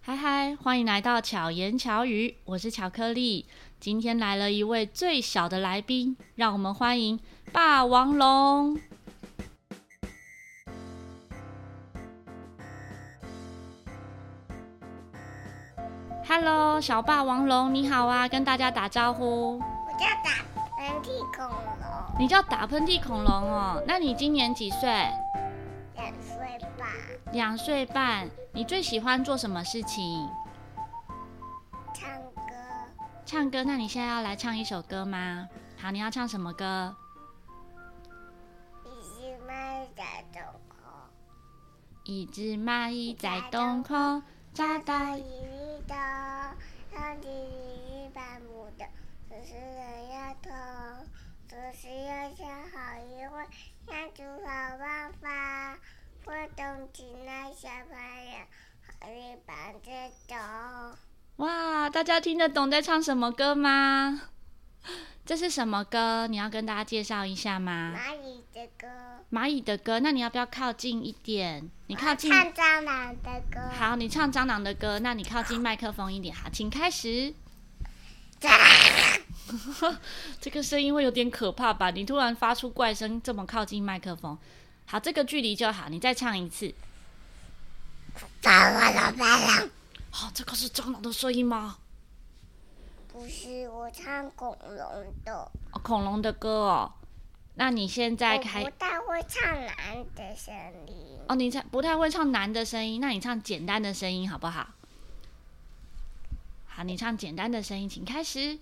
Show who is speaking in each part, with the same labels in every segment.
Speaker 1: 嗨嗨，欢迎来到巧言巧语，我是巧克力。今天来了一位最小的来宾，让我们欢迎霸王龙。Hello，小霸王龙，你好啊，跟大家打招呼。
Speaker 2: 我叫打喷嚏恐龙，
Speaker 1: 你叫打喷嚏恐龙哦，那你今年几岁？
Speaker 2: 两岁吧。
Speaker 1: 两岁半。你最喜欢做什么事情？
Speaker 2: 唱歌，
Speaker 1: 唱歌，那你现在要来唱一首歌吗？好，你要唱什么歌？
Speaker 2: 一只蚂蚁在洞口，
Speaker 1: 一只蚂蚁在洞口扎
Speaker 2: 蚂
Speaker 1: 到
Speaker 2: 蚁绿头，上帝一把母的，只是人要偷，总是要想好一会，要煮好办法，会动起来小朋友，好一把这种。
Speaker 1: 哇！大家听得懂在唱什么歌吗？这是什么歌？你要跟大家介绍一下吗？
Speaker 2: 蚂蚁的歌，
Speaker 1: 蚂蚁的歌，那你要不要靠近一点？你靠近，
Speaker 2: 唱蟑螂的歌，
Speaker 1: 好，你唱蟑螂的歌，那你靠近麦克风一点，好，请开始。这个声音会有点可怕吧？你突然发出怪声，这么靠近麦克风，好，这个距离就好，你再唱一次。
Speaker 2: 霸王龙，霸王龙。
Speaker 1: 好、这个是蟑螂的声音吗？
Speaker 2: 不是，我唱恐龙的，
Speaker 1: 哦恐龙的歌哦。那你现在
Speaker 2: 我
Speaker 1: 开
Speaker 2: 不太会唱男的声音。
Speaker 1: 哦，你唱不太会唱男的声音，那你唱简单的声音好不好？好，你唱简单的声音，请开始。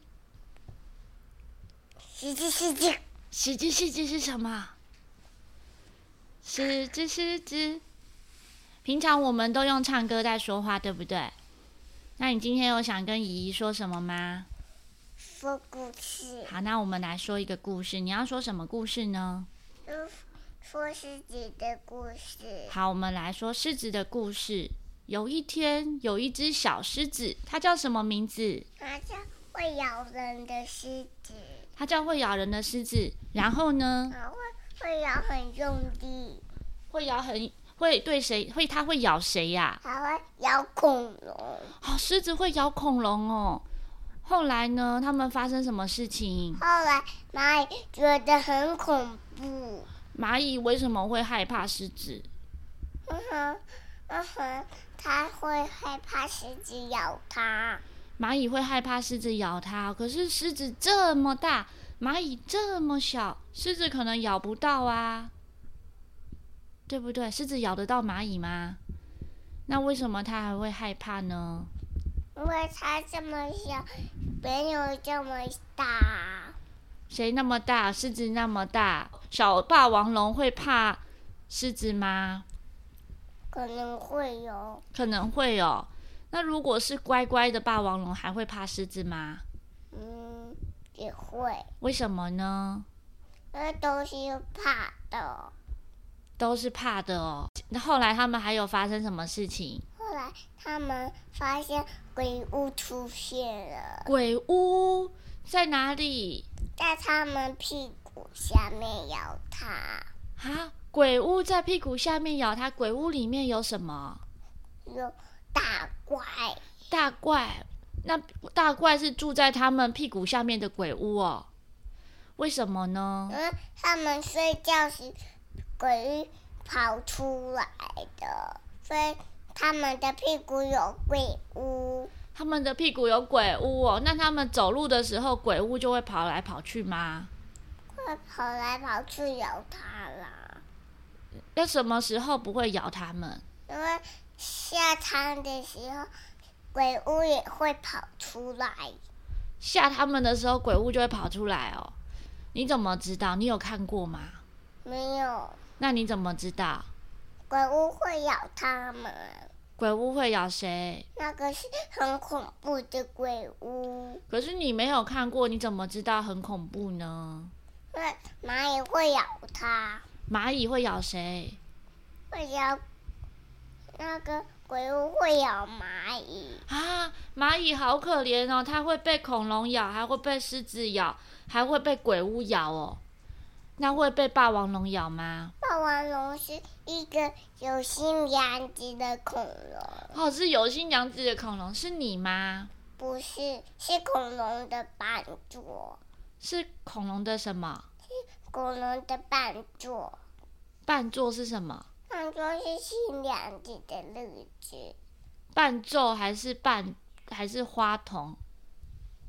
Speaker 2: 十只十只，
Speaker 1: 十只狮子是什么？十只狮子。平常我们都用唱歌在说话，对不对？那你今天有想跟姨姨说什么吗？
Speaker 2: 说故事，
Speaker 1: 好，那我们来说一个故事。你要说什么故事呢？
Speaker 2: 说说自己的故事。
Speaker 1: 好，我们来说狮子的故事。有一天，有一只小狮子，它叫什么名字？
Speaker 2: 它叫会咬人的狮子，
Speaker 1: 它叫会咬人的狮子。然后呢，
Speaker 2: 然后会咬很用力，
Speaker 1: 会咬很会对谁？会它会咬谁呀、
Speaker 2: 还会咬恐龙。
Speaker 1: 哦，狮子会咬恐龙哦。后来呢，他们发生什么事情？
Speaker 2: 后来蚂蚁觉得很恐怖，
Speaker 1: 蚂蚁为什么会害怕狮子？
Speaker 2: 嗯哼，嗯哼，它会害怕狮子咬它。
Speaker 1: 蚂蚁会害怕狮子咬它，可是狮子这么大，蚂蚁这么小，狮子可能咬不到啊，对不对？狮子咬得到蚂蚁吗？那为什么它还会害怕呢？
Speaker 2: 因为它这么小，没有这么大。
Speaker 1: 谁那么大？狮子那么大，小霸王龙会怕狮子吗？
Speaker 2: 可能会有，
Speaker 1: 可能会哦。那如果是乖乖的霸王龙，还会怕狮子吗？
Speaker 2: 嗯，也会，
Speaker 1: 为什么呢？
Speaker 2: 那都是怕的。
Speaker 1: 都是怕的哦。那后来他们还有发生什么事情？
Speaker 2: 后来他们发现鬼屋出现了，
Speaker 1: 鬼屋在哪里
Speaker 2: 在他们屁股下面咬它，
Speaker 1: 啊？鬼屋在屁股下面咬它。鬼屋里面有什么
Speaker 2: 有大怪，
Speaker 1: 大怪？那大怪是住在他们屁股下面的鬼屋哦。为什么呢
Speaker 2: 因？为他们睡觉时鬼屋跑出来的，所以他们的屁股有鬼屋。
Speaker 1: 他们的屁股有鬼屋哦。那他们走路的时候，鬼屋就会跑来跑去吗？
Speaker 2: 会跑来跑去咬它啦，
Speaker 1: 那什么时候不会咬他们？
Speaker 2: 因为下汤的时候，鬼屋也会跑出来，
Speaker 1: 吓他们的时候，鬼屋就会跑出来哦。你怎么知道？你有看过吗？
Speaker 2: 没有
Speaker 1: 那你怎么知道
Speaker 2: 鬼屋会咬它们。
Speaker 1: 鬼屋会咬谁？
Speaker 2: 那个是很恐怖的鬼屋，
Speaker 1: 可是你没有看过，你怎么知道很恐怖呢？
Speaker 2: 因为蚂蚁会咬它，
Speaker 1: 蚂蚁会咬谁？
Speaker 2: 会咬那个鬼屋会咬蚂蚁，
Speaker 1: 啊，蚂蚁好可怜哦，它会被恐龙咬，还会被狮子咬，还会被鬼屋咬哦。那会被霸王龙咬吗？
Speaker 2: 霸霸王龙是一个有心良知的恐龙，
Speaker 1: 哦，是有心养殖的恐龙，是你吗？
Speaker 2: 不是是恐龙的版座，
Speaker 1: 是恐龙的什么？
Speaker 2: 恐龙的版座，
Speaker 1: 伴奏是什么？
Speaker 2: 他说是心良知的日子，
Speaker 1: 伴奏还是伴还是花童，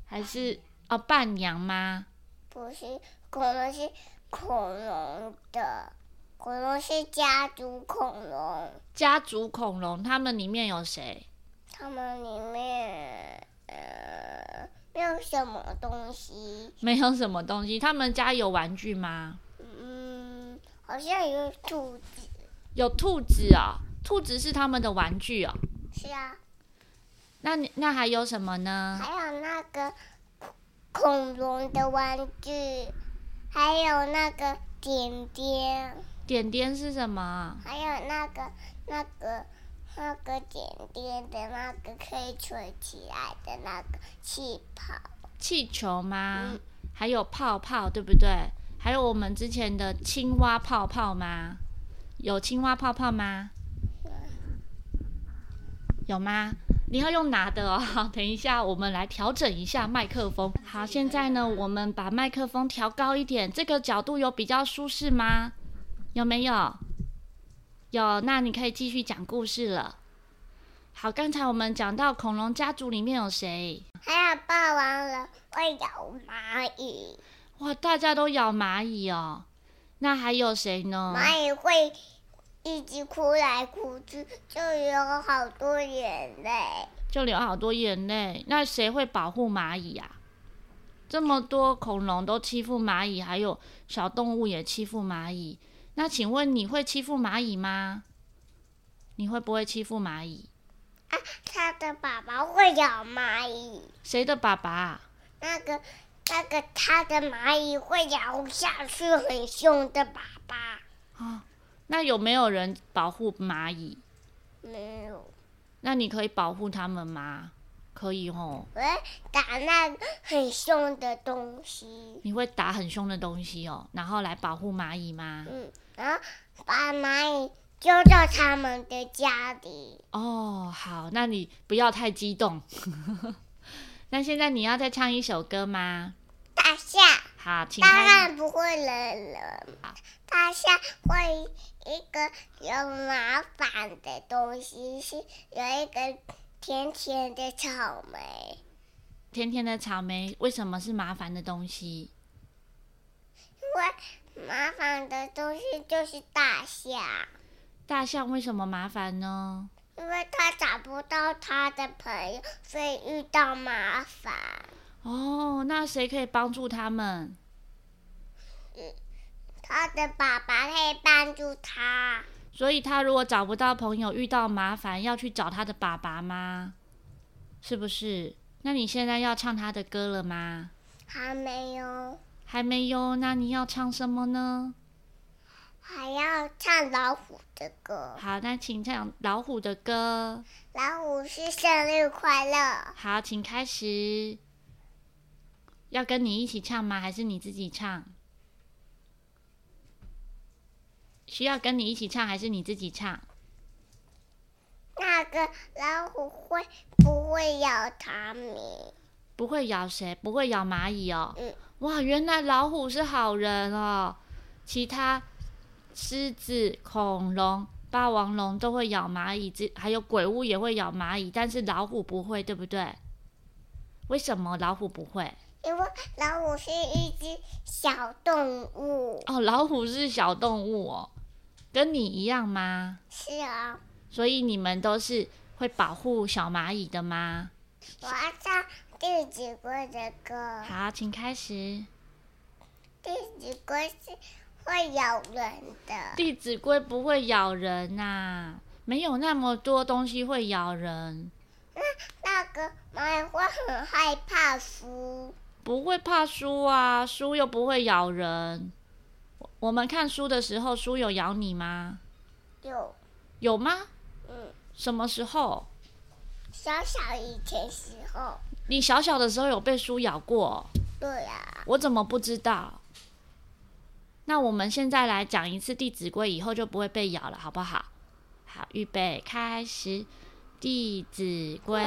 Speaker 1: 还是哦伴娘吗？
Speaker 2: 不是恐龙是恐龙的，恐龙是家族恐龙，
Speaker 1: 家族恐龙，他们里面有谁？
Speaker 2: 它们里面呃没有什么东西，
Speaker 1: 没有什么东西。他们家有玩具吗？
Speaker 2: 嗯，好像有兔子，
Speaker 1: 有兔子哦，兔子是他们的玩具哦。
Speaker 2: 是啊。
Speaker 1: 那你那还有什么呢？
Speaker 2: 还有那个恐恐龙的玩具，还有那个点点，
Speaker 1: 点点是什么？
Speaker 2: 还有那个那个那个点点的那个可以吹起来的那个气泡，
Speaker 1: 气球吗？
Speaker 2: 嗯
Speaker 1: 还有泡泡，对不对？还有我们之前的青蛙泡泡吗？有青蛙泡泡吗？有吗？你要用拿的哦。 好等一下，我们来调整一下麦克风。好，现在呢，我们把麦克风调高一点，这个角度有比较舒适吗？有没有？有，那你可以继续讲故事了。好，刚才我们讲到恐龙家族里面有谁？
Speaker 2: 还有霸王龙会咬蚂蚁，
Speaker 1: 哇，大家都咬蚂蚁哦。那还有谁呢？
Speaker 2: 蚂蚁会一直哭来哭去，就有好多眼泪。
Speaker 1: 就流好多眼泪。那谁会保护蚂蚁啊？这么多恐龙都欺负蚂蚁，还有小动物也欺负蚂蚁。那请问你会欺负蚂蚁吗？你会不会欺负蚂蚁？
Speaker 2: 它的爸爸会咬蚂蚁。
Speaker 1: 谁的爸爸啊、
Speaker 2: 那个那个他的蚂蚁会咬下去很凶的爸爸，
Speaker 1: 啊那有没有人保护蚂蚁？
Speaker 2: 没有，
Speaker 1: 那你可以保护它们吗？可以哦。
Speaker 2: 我会打那个很凶的东西，
Speaker 1: 你会打很凶的东西哦，然后来保护蚂蚁吗？
Speaker 2: 嗯，然后把蚂蚁丢到他们的家里。
Speaker 1: 哦，好，那你不要太激动。 那现在你要再唱一首歌吗？
Speaker 2: 大象
Speaker 1: 好，请
Speaker 2: 当
Speaker 1: 看。
Speaker 2: 然不会惹人
Speaker 1: 好，
Speaker 2: 大象会一个有麻烦的东西，是有一个甜甜的草莓，
Speaker 1: 甜甜的草莓为什么是麻烦的东西？
Speaker 2: 因为麻烦的东西就是大象。
Speaker 1: 大象为什么麻烦呢？
Speaker 2: 因为他找不到他的朋友，所以遇到麻烦。
Speaker 1: 哦，那谁可以帮助他们？
Speaker 2: 他的爸爸可以帮助他，
Speaker 1: 所以他如果找不到朋友，遇到麻烦，要去找他的爸爸吗？是不是？那你现在要唱他的歌了吗？
Speaker 2: 还没有，
Speaker 1: 还没有，那你要唱什么呢？
Speaker 2: 还要唱老虎的歌。
Speaker 1: 好，那请唱老虎的歌。
Speaker 2: 老虎是生日快乐，
Speaker 1: 好，请开始。要跟你一起唱吗？还是你自己唱？需要跟你一起唱，还是你自己唱？
Speaker 2: 那个老虎会不会咬他们？
Speaker 1: 不会咬谁？不会咬蚂蚁哦。
Speaker 2: 嗯
Speaker 1: 哇，原来老虎是好人哦。其他狮子、恐龙、霸王龙都会咬蚂蚁，这还有鬼屋也会咬蚂蚁，但是老虎不会，对不对？为什么老虎不会？
Speaker 2: 因为老虎是一只小动物。
Speaker 1: 哦，老虎是小动物哦，跟你一样吗？
Speaker 2: 是啊，
Speaker 1: 所以你们都是会保护小蚂蚁的吗？
Speaker 2: 我要唱第几个的歌？
Speaker 1: 好，请开始。
Speaker 2: 第几个是会咬人的？
Speaker 1: 《弟子规》不会咬人呐、没有那么多东西会咬人，
Speaker 2: 那个蚂蚁会很害怕输，
Speaker 1: 不会怕书啊，书又不会咬人。我我们看书的时候，书有咬你吗？
Speaker 2: 有，
Speaker 1: 有吗？
Speaker 2: 嗯，
Speaker 1: 什么时候？
Speaker 2: 小小以前时候，
Speaker 1: 你小哦小的时候有被书咬过？
Speaker 2: 对啊，
Speaker 1: 我怎么不知道？那我们现在来讲一次《弟子规》，以后就不会被咬了，好不好？好，预备，开始，《弟子规》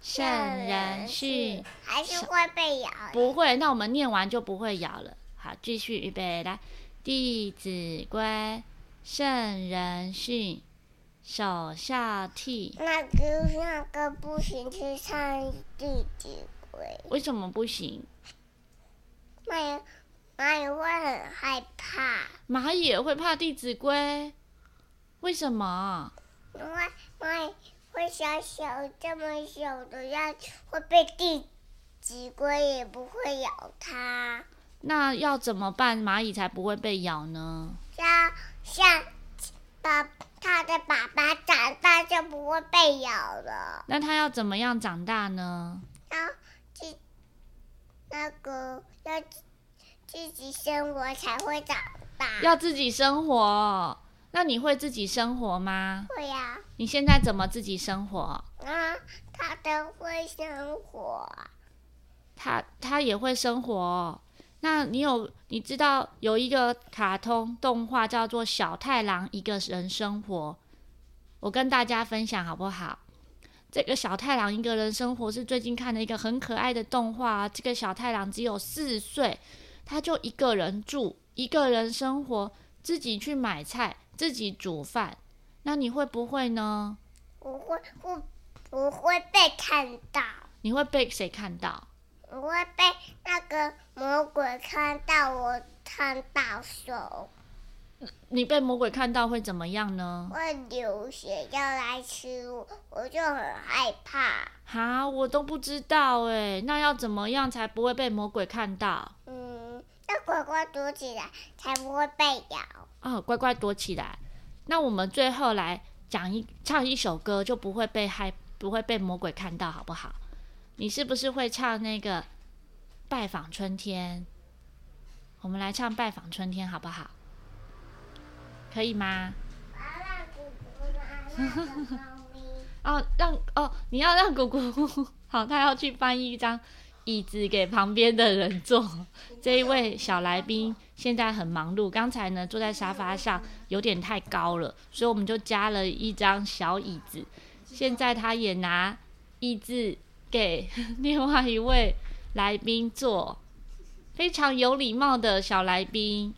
Speaker 1: 圣人训
Speaker 2: 还是会被咬的。
Speaker 1: 不会，那我们念完就不会咬了。好，继续，预备，来，《弟子规》圣人训，首孝悌。
Speaker 2: 那个那个不行，去唱《弟子规》，
Speaker 1: 为什么不行？
Speaker 2: 蚂蚁蚂蚁会很害怕，
Speaker 1: 蚂蚁也会怕《弟子规》，为什么？
Speaker 2: 因为蚂蚁会小小这么小的样子，会被《弟子规》也不会咬它。
Speaker 1: 那要怎么办，蚂蚁才不会被咬呢？
Speaker 2: 像像爸他的爸爸长大就不会被咬了。
Speaker 1: 那它要怎么样长大呢？
Speaker 2: 要自那个要自自己生活才会长大。
Speaker 1: 要自己生活。那你会自己生活吗？
Speaker 2: 会呀、
Speaker 1: 你现在怎么自己生活？
Speaker 2: 啊，他都会生活。
Speaker 1: 它它也会生活哦。那你有你知道有一个卡通动画叫做《小太郎一个人生活》，我跟大家分享好不好？这个小太郎一个人生活是最近看的一个很可爱的动画啊、这个小太郎只有四岁，他就一个人住，一个人生活，自己去买菜，自己煮饭。那你会不会呢？
Speaker 2: 我会不不会被看到，
Speaker 1: 你会被谁看到？
Speaker 2: 我会被那个魔鬼看到我烫到手，
Speaker 1: 你被魔鬼看到会怎么样呢？
Speaker 2: 会流血要来吃我，我就很害怕。
Speaker 1: 哈，我都不知道诶，那要怎么样才不会被魔鬼看到？
Speaker 2: 嗯，那乖乖躲起来才不会被咬。
Speaker 1: 啊，乖乖躲起来。那我们最后来讲一唱一首歌，就不会被害，不会被魔鬼看到，好不好？你是不是会唱那个《拜访春天》？我们来唱《拜访春天》，好不好？可以吗？哦，让哦，你要让姑姑好，他要去搬一张椅子给旁边的人坐。这一位小来宾现在很忙碌，刚才呢坐在沙发上有点太高了，所以我们就加了一张小椅子。现在他也拿椅子给另外一位来宾坐，非常有礼貌的小来宾。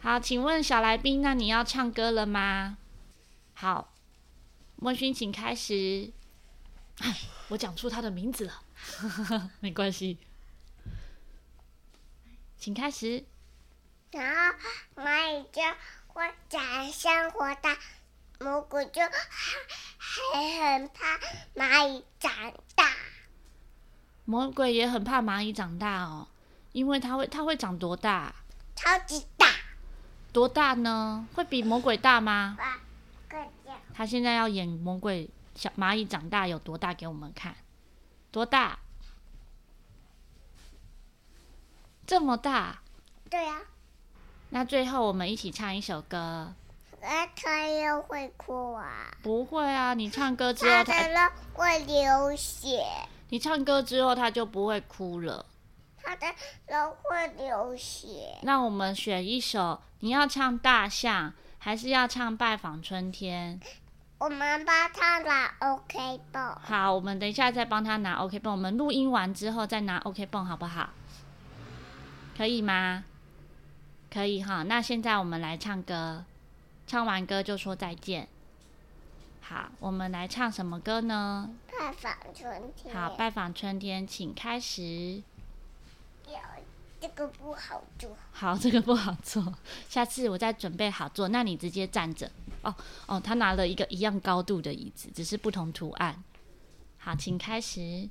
Speaker 1: 好，请问小来宾，那你要唱歌了吗？好，莫勋，请开始。哎我讲出他的名字了， 没关系，请开始。
Speaker 2: 然后蚂蚁就会长生活大，蘑菇就还还很怕蚂蚁长大。
Speaker 1: 魔鬼也很怕蚂蚁长大哦，因为它会，它会长多大？
Speaker 2: 超级大
Speaker 1: 多大呢？会比魔鬼大吗？
Speaker 2: 吧，快点！
Speaker 1: 他现在要演魔鬼小蚂蚁长大有多大给我们看？多大？这么大？
Speaker 2: 对啊呀、
Speaker 1: 那最后我们一起唱一首歌。
Speaker 2: 而它又会哭啊，
Speaker 1: 不会啊，你唱歌之后
Speaker 2: 它
Speaker 1: 他
Speaker 2: 的，肉会流血，
Speaker 1: 你唱歌之后他就不会哭了。
Speaker 2: 它的肉会流血。
Speaker 1: 那我们选一首，你要唱《大象》，还是要唱《拜访春天》？
Speaker 2: 我们帮它拿 OK 棒，
Speaker 1: 好，我们等一下再帮他拿 OK 泵，我们录音完之后再拿 OK 泵，好不好？可以吗？可以哈。那现在我们来唱歌，唱完歌就说再见。好，我们来唱什么歌呢？
Speaker 2: 拜访春天。
Speaker 1: 好，拜访春天，请开始。
Speaker 2: 有这个不好做。
Speaker 1: 好， 这个不好做，下次我再准备好做。那你直接站着。哦哦，他拿了一个一样高度的椅子，只是不同图案。好，请开始。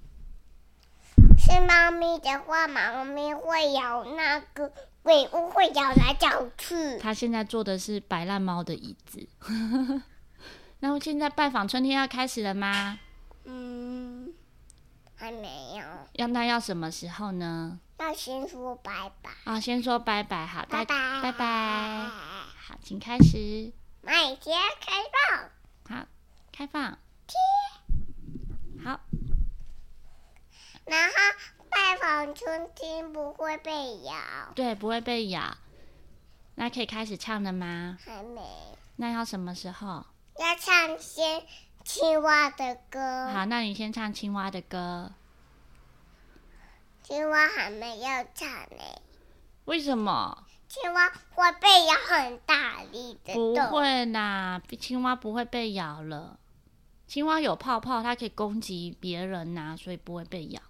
Speaker 2: 是猫咪的话，猫咪会咬那个鬼屋，会咬来咬去。
Speaker 1: 他现在坐的是白烂猫的椅子。 那我现在拜访春天要开始了吗？
Speaker 2: 嗯，还没有，
Speaker 1: 要那要什么时候呢？
Speaker 2: 要先说拜拜，
Speaker 1: 啊，先说拜拜，好，大
Speaker 2: 拜拜，
Speaker 1: 拜拜，。好，请开始，
Speaker 2: 麦田开放，
Speaker 1: 好，开放，好，
Speaker 2: 然后拜访春天不会被咬。
Speaker 1: 对，不会被咬。那可以开始唱了吗？
Speaker 2: 还没。
Speaker 1: 那要什么时候？
Speaker 2: 要唱些青蛙的歌，
Speaker 1: 好，那你先唱青蛙的歌。
Speaker 2: 青蛙还没有唱呢。
Speaker 1: 为什么？
Speaker 2: 青蛙会被咬很大力的
Speaker 1: 不
Speaker 2: 洞，
Speaker 1: 会啦，青蛙不会被咬了。青蛙有泡泡，它可以攻击别人呐、所以不会被咬。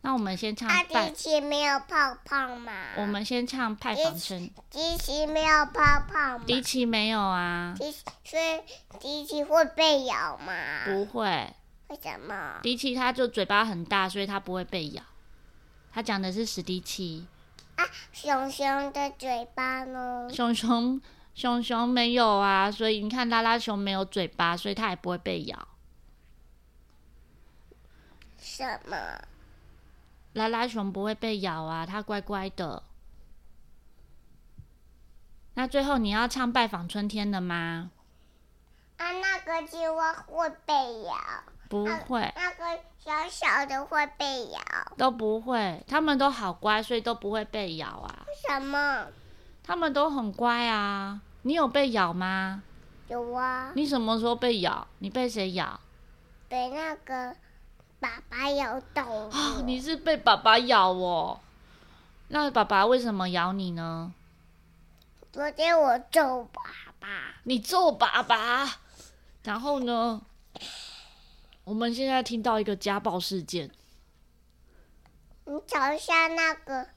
Speaker 1: 那我们先唱
Speaker 2: 啊，
Speaker 1: 拜
Speaker 2: 机，器没有泡泡嘛？
Speaker 1: 我们先唱派
Speaker 2: 迪
Speaker 1: 仿
Speaker 2: 奇
Speaker 1: 生。
Speaker 2: 机器没有泡泡嘛？
Speaker 1: 迪奇没有啊，
Speaker 2: 机所以机器会被咬嘛？
Speaker 1: 不会。
Speaker 2: 为什么？
Speaker 1: 迪奇它就嘴巴很大，所以它不会被咬。他讲的是史迪奇，
Speaker 2: 啊，熊熊的嘴巴呢？
Speaker 1: 熊熊熊熊没有啊，所以你看拉拉熊没有嘴巴，所以它也不会被咬。
Speaker 2: 什么？
Speaker 1: 拉拉熊不会被咬啊，它乖乖的。那最后你要唱《拜访春天》的吗？
Speaker 2: 啊，那个青蛙会被咬，
Speaker 1: 不会，
Speaker 2: 那个小小的会被咬。
Speaker 1: 都不会，它们都好乖，所以都不会被咬啊。
Speaker 2: 为什么？
Speaker 1: 它们都很乖啊。你有被咬吗？
Speaker 2: 有啊，
Speaker 1: 你什么时候被咬？你被谁咬？
Speaker 2: 被那个爸爸咬到
Speaker 1: 哦
Speaker 2: 了，
Speaker 1: 你是被爸爸咬哦。那爸爸为什么咬你呢？
Speaker 2: 昨天我揍爸爸，
Speaker 1: 你揍爸爸，然后呢？我们现在听到一个家暴事件，
Speaker 2: 你嘲笑那个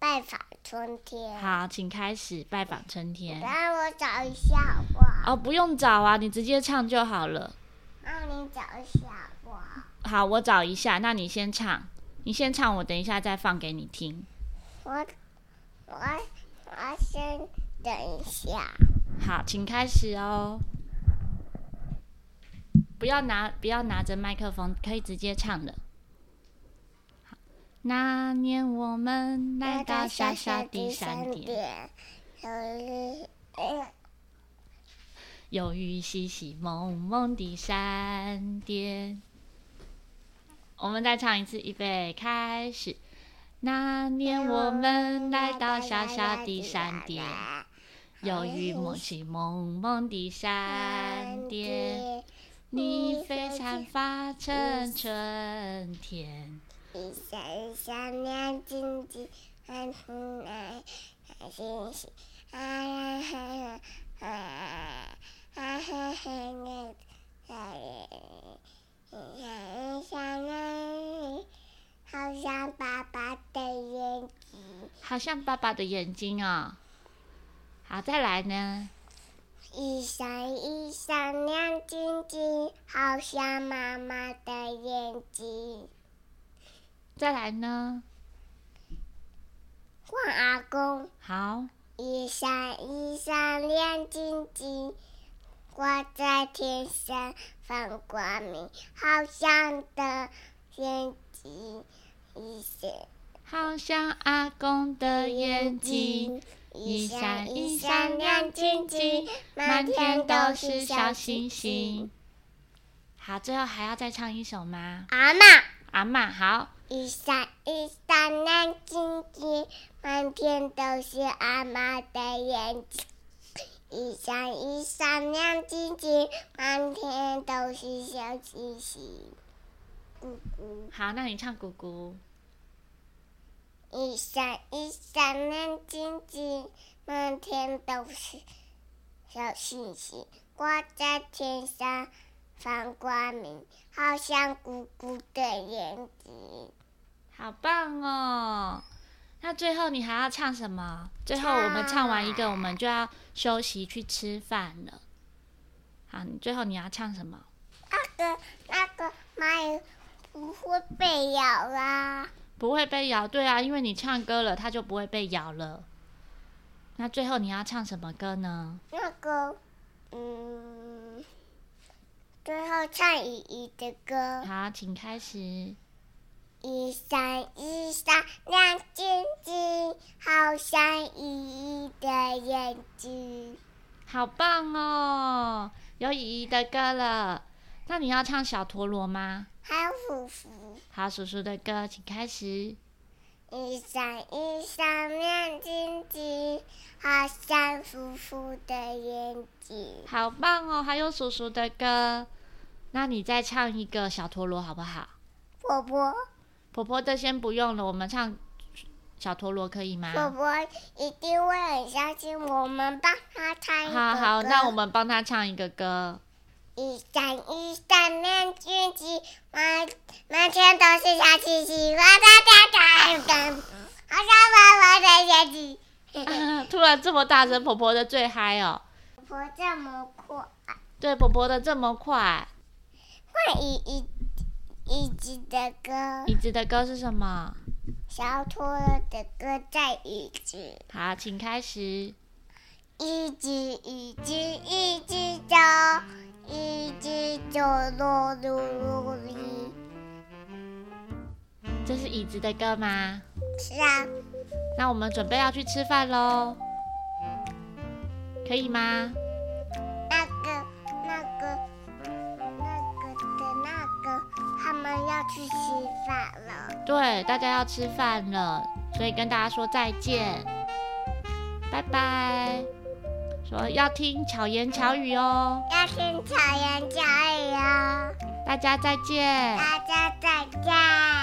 Speaker 2: 拜访春天。
Speaker 1: 好，请开始拜访春天。
Speaker 2: 让我找一下好不好？
Speaker 1: 哦，不用找啊，你直接唱就好了。
Speaker 2: 那你找一下好不好？
Speaker 1: 好，我找一下，那你先唱，你先唱，我等一下再放给你听。
Speaker 2: 我我我先等一下。
Speaker 1: 好，请开始哦。不要拿，不要拿着麦克风，可以直接唱的。好，那年我们来到小小的山巅，
Speaker 2: 点，有一嗯
Speaker 1: 有雨淅淅蒙蒙的山巅。我们再唱一次，预备，开始。那年我们来到小小的山巅，有雨蒙起蒙蒙的山巅，你非常发成春天。
Speaker 2: 一闪闪亮晶晶，很爱很星星，啊哈哈啊啊哈哈爱爱人，想人，好像爸爸的眼睛，
Speaker 1: 好像爸爸的眼睛哦。好，再来呢？
Speaker 2: 一闪一闪亮晶晶，好像妈妈的眼睛。
Speaker 1: 再来呢？
Speaker 2: 换阿公。
Speaker 1: 好，
Speaker 2: 一闪一闪亮晶晶，挂在天上放光明，好像的眼睛，一闪
Speaker 1: 好像阿公的眼睛，
Speaker 2: 一闪一闪亮晶晶，满天都是小星星。。
Speaker 1: 好，最后还要再唱一首吗？
Speaker 2: 阿妈，
Speaker 1: 阿妈，好，
Speaker 2: 一闪一闪亮晶晶，满天都是阿妈的眼睛。一闪一闪亮晶晶，满天都是小星星。嗯嗯，
Speaker 1: 好，那你唱姑姑。
Speaker 2: 一闪一闪亮晶晶，满天都是小星星，挂在天上放光明，好像姑姑的眼睛。
Speaker 1: 好棒哦！那最后你还要唱什么？最后我们唱完一
Speaker 2: 啊
Speaker 1: 个，我们就要休息去吃饭了。好，你最后你要唱什么？
Speaker 2: 那个那个蚂蚁不会被咬啦。
Speaker 1: 不会被咬，对啊，因为你唱歌了，它就不会被咬了。那最后你要唱什么歌呢？
Speaker 2: 那个，嗯，最后唱姨姨的歌。
Speaker 1: 好，请开始。
Speaker 2: 一闪一闪亮晶晶，好像姨姨的眼睛。
Speaker 1: 好棒哦，有姨姨的歌了。那你要唱小陀螺吗？
Speaker 2: 还有虎符，
Speaker 1: 好，叔叔的歌，请开始。
Speaker 2: 一闪一闪亮晶晶，好像舒服的眼睛。
Speaker 1: 好棒哦！还有叔叔的歌，那你再唱一个小陀螺好不好？
Speaker 2: 波波，
Speaker 1: 婆婆的先不用了，我们唱小陀螺可以吗？
Speaker 2: 波波一定会很相信我们，帮他唱一个
Speaker 1: 好好，
Speaker 2: 歌
Speaker 1: 那我们帮她唱一个歌。
Speaker 2: 一闪一闪亮晶晶，满满天都是小星星，哇哒哒哒哒，好像玩玩的眼睛。
Speaker 1: 突然这么大声，婆婆的最嗨哦。
Speaker 2: 婆这么酷，
Speaker 1: 对，婆婆的这么快。
Speaker 2: 换一一一只的歌，
Speaker 1: 椅子的歌是什么？
Speaker 2: 小兔儿的歌在一起。
Speaker 1: 好，请开始。
Speaker 2: 一只一只一只走，一只走噜噜噜哩。
Speaker 1: 这是椅子的歌吗？
Speaker 2: 是啊，
Speaker 1: 那我们准备要去吃饭喽，可以吗？
Speaker 2: 那个那个那个的那个，他们要去吃饭了，
Speaker 1: 对，大家要吃饭了，所以跟大家说再见，拜拜。说要听巧言巧语哦，
Speaker 2: 要听巧言巧语哦。
Speaker 1: 大家再见。
Speaker 2: 大家再见。